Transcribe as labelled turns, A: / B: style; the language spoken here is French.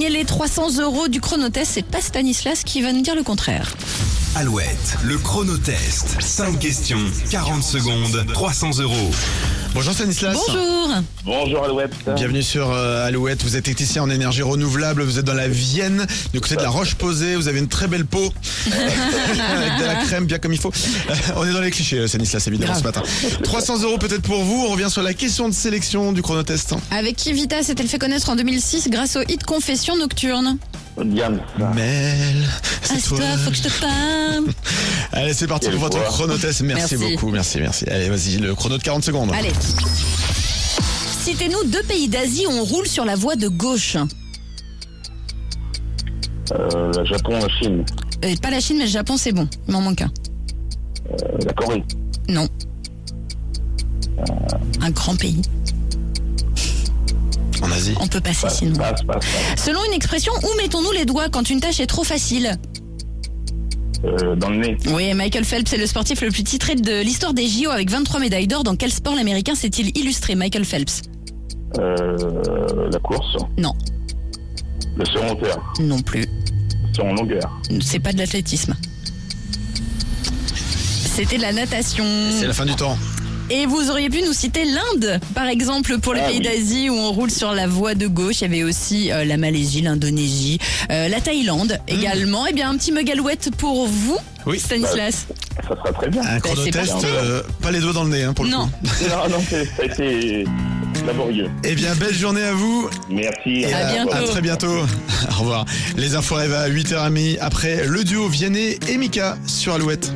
A: les 300 euros du chronotest, c'est pas Stanislas qui va nous dire le contraire.
B: Alouette, le chronotest. 5 questions, 40 secondes, 300 euros.
C: Bonjour Stanislas.
A: Bonjour
D: Bonjour Alouette.
C: Bienvenue sur euh, Alouette. Vous êtes technicien en énergie renouvelable. Vous êtes dans la Vienne, du côté de la Roche-Posée. Vous avez une très belle peau avec de la crème bien comme il faut. Euh, on est dans les clichés, euh, Stanislas, évidemment,
A: Grave.
C: ce matin. 300 euros peut-être pour vous. On revient sur la question de sélection du chronotest.
A: Avec qui Vita s'est-elle fait connaître en 2006 grâce au hit Confession Nocturne
D: Diane.
A: Ah.
C: Mel, c'est
A: Assois,
C: toi.
A: faut que je te parle.
C: Allez, c'est parti
D: Quelle
C: pour votre
D: voix.
C: chronotest. Merci,
A: Merci.
C: beaucoup, merci, merci. Allez, vas-y, le chrono de 40 secondes.
A: Allez. Citez-nous deux pays d'Asie où on roule sur la voie de gauche.
D: Euh, le Japon, la Chine,
A: Euh, pas la Chine, mais le Japon, c'est bon. Il m'en manque un.
D: euh, la Corée,
A: Non. Un grand pays.
C: En Asie.
A: On peut passer sinon.
D: passe, passe, passe.
A: Selon une expression, où mettons-nous les doigts quand une tâche est trop facile
D: Euh, dans le nez,
A: Oui, Michael Phelps est le sportif le plus titré de l'histoire des JO avec 23 médailles d'or. Dans quel sport l'américain s'est-il illustré, Michael Phelps
D: euh, la course,
A: Non,
D: le second hauteur,
A: non plus.
D: sur en longueur.
A: C'est pas de l'athlétisme. C'était de la natation.
C: C'est la fin du temps.
A: Et vous auriez pu nous citer l'Inde, par exemple, pour les
D: Ah
A: pays
D: oui.
A: d'Asie où on roule sur la voie de gauche. Il y avait aussi euh, la Malaisie, l'Indonésie, euh, la Thaïlande également. Eh bien, un petit megalouette pour vous,
C: Hmm. Oui. Bah,
A: Stanislas.
D: Ça sera très bien.
C: Un
A: Bah, c'est
C: chronotest,
D: parti.
C: euh, pas les doigts dans le nez, hein, pour le
A: non.
C: coup.
D: Non, non, c'est- ça a été laborieux.
C: Eh bien, belle journée à vous.
D: Merci.
C: Et euh,
A: À bientôt.
C: très bientôt. Au revoir. Les infos arrivent à 8h30 après le duo Vianney et Mika sur Alouette.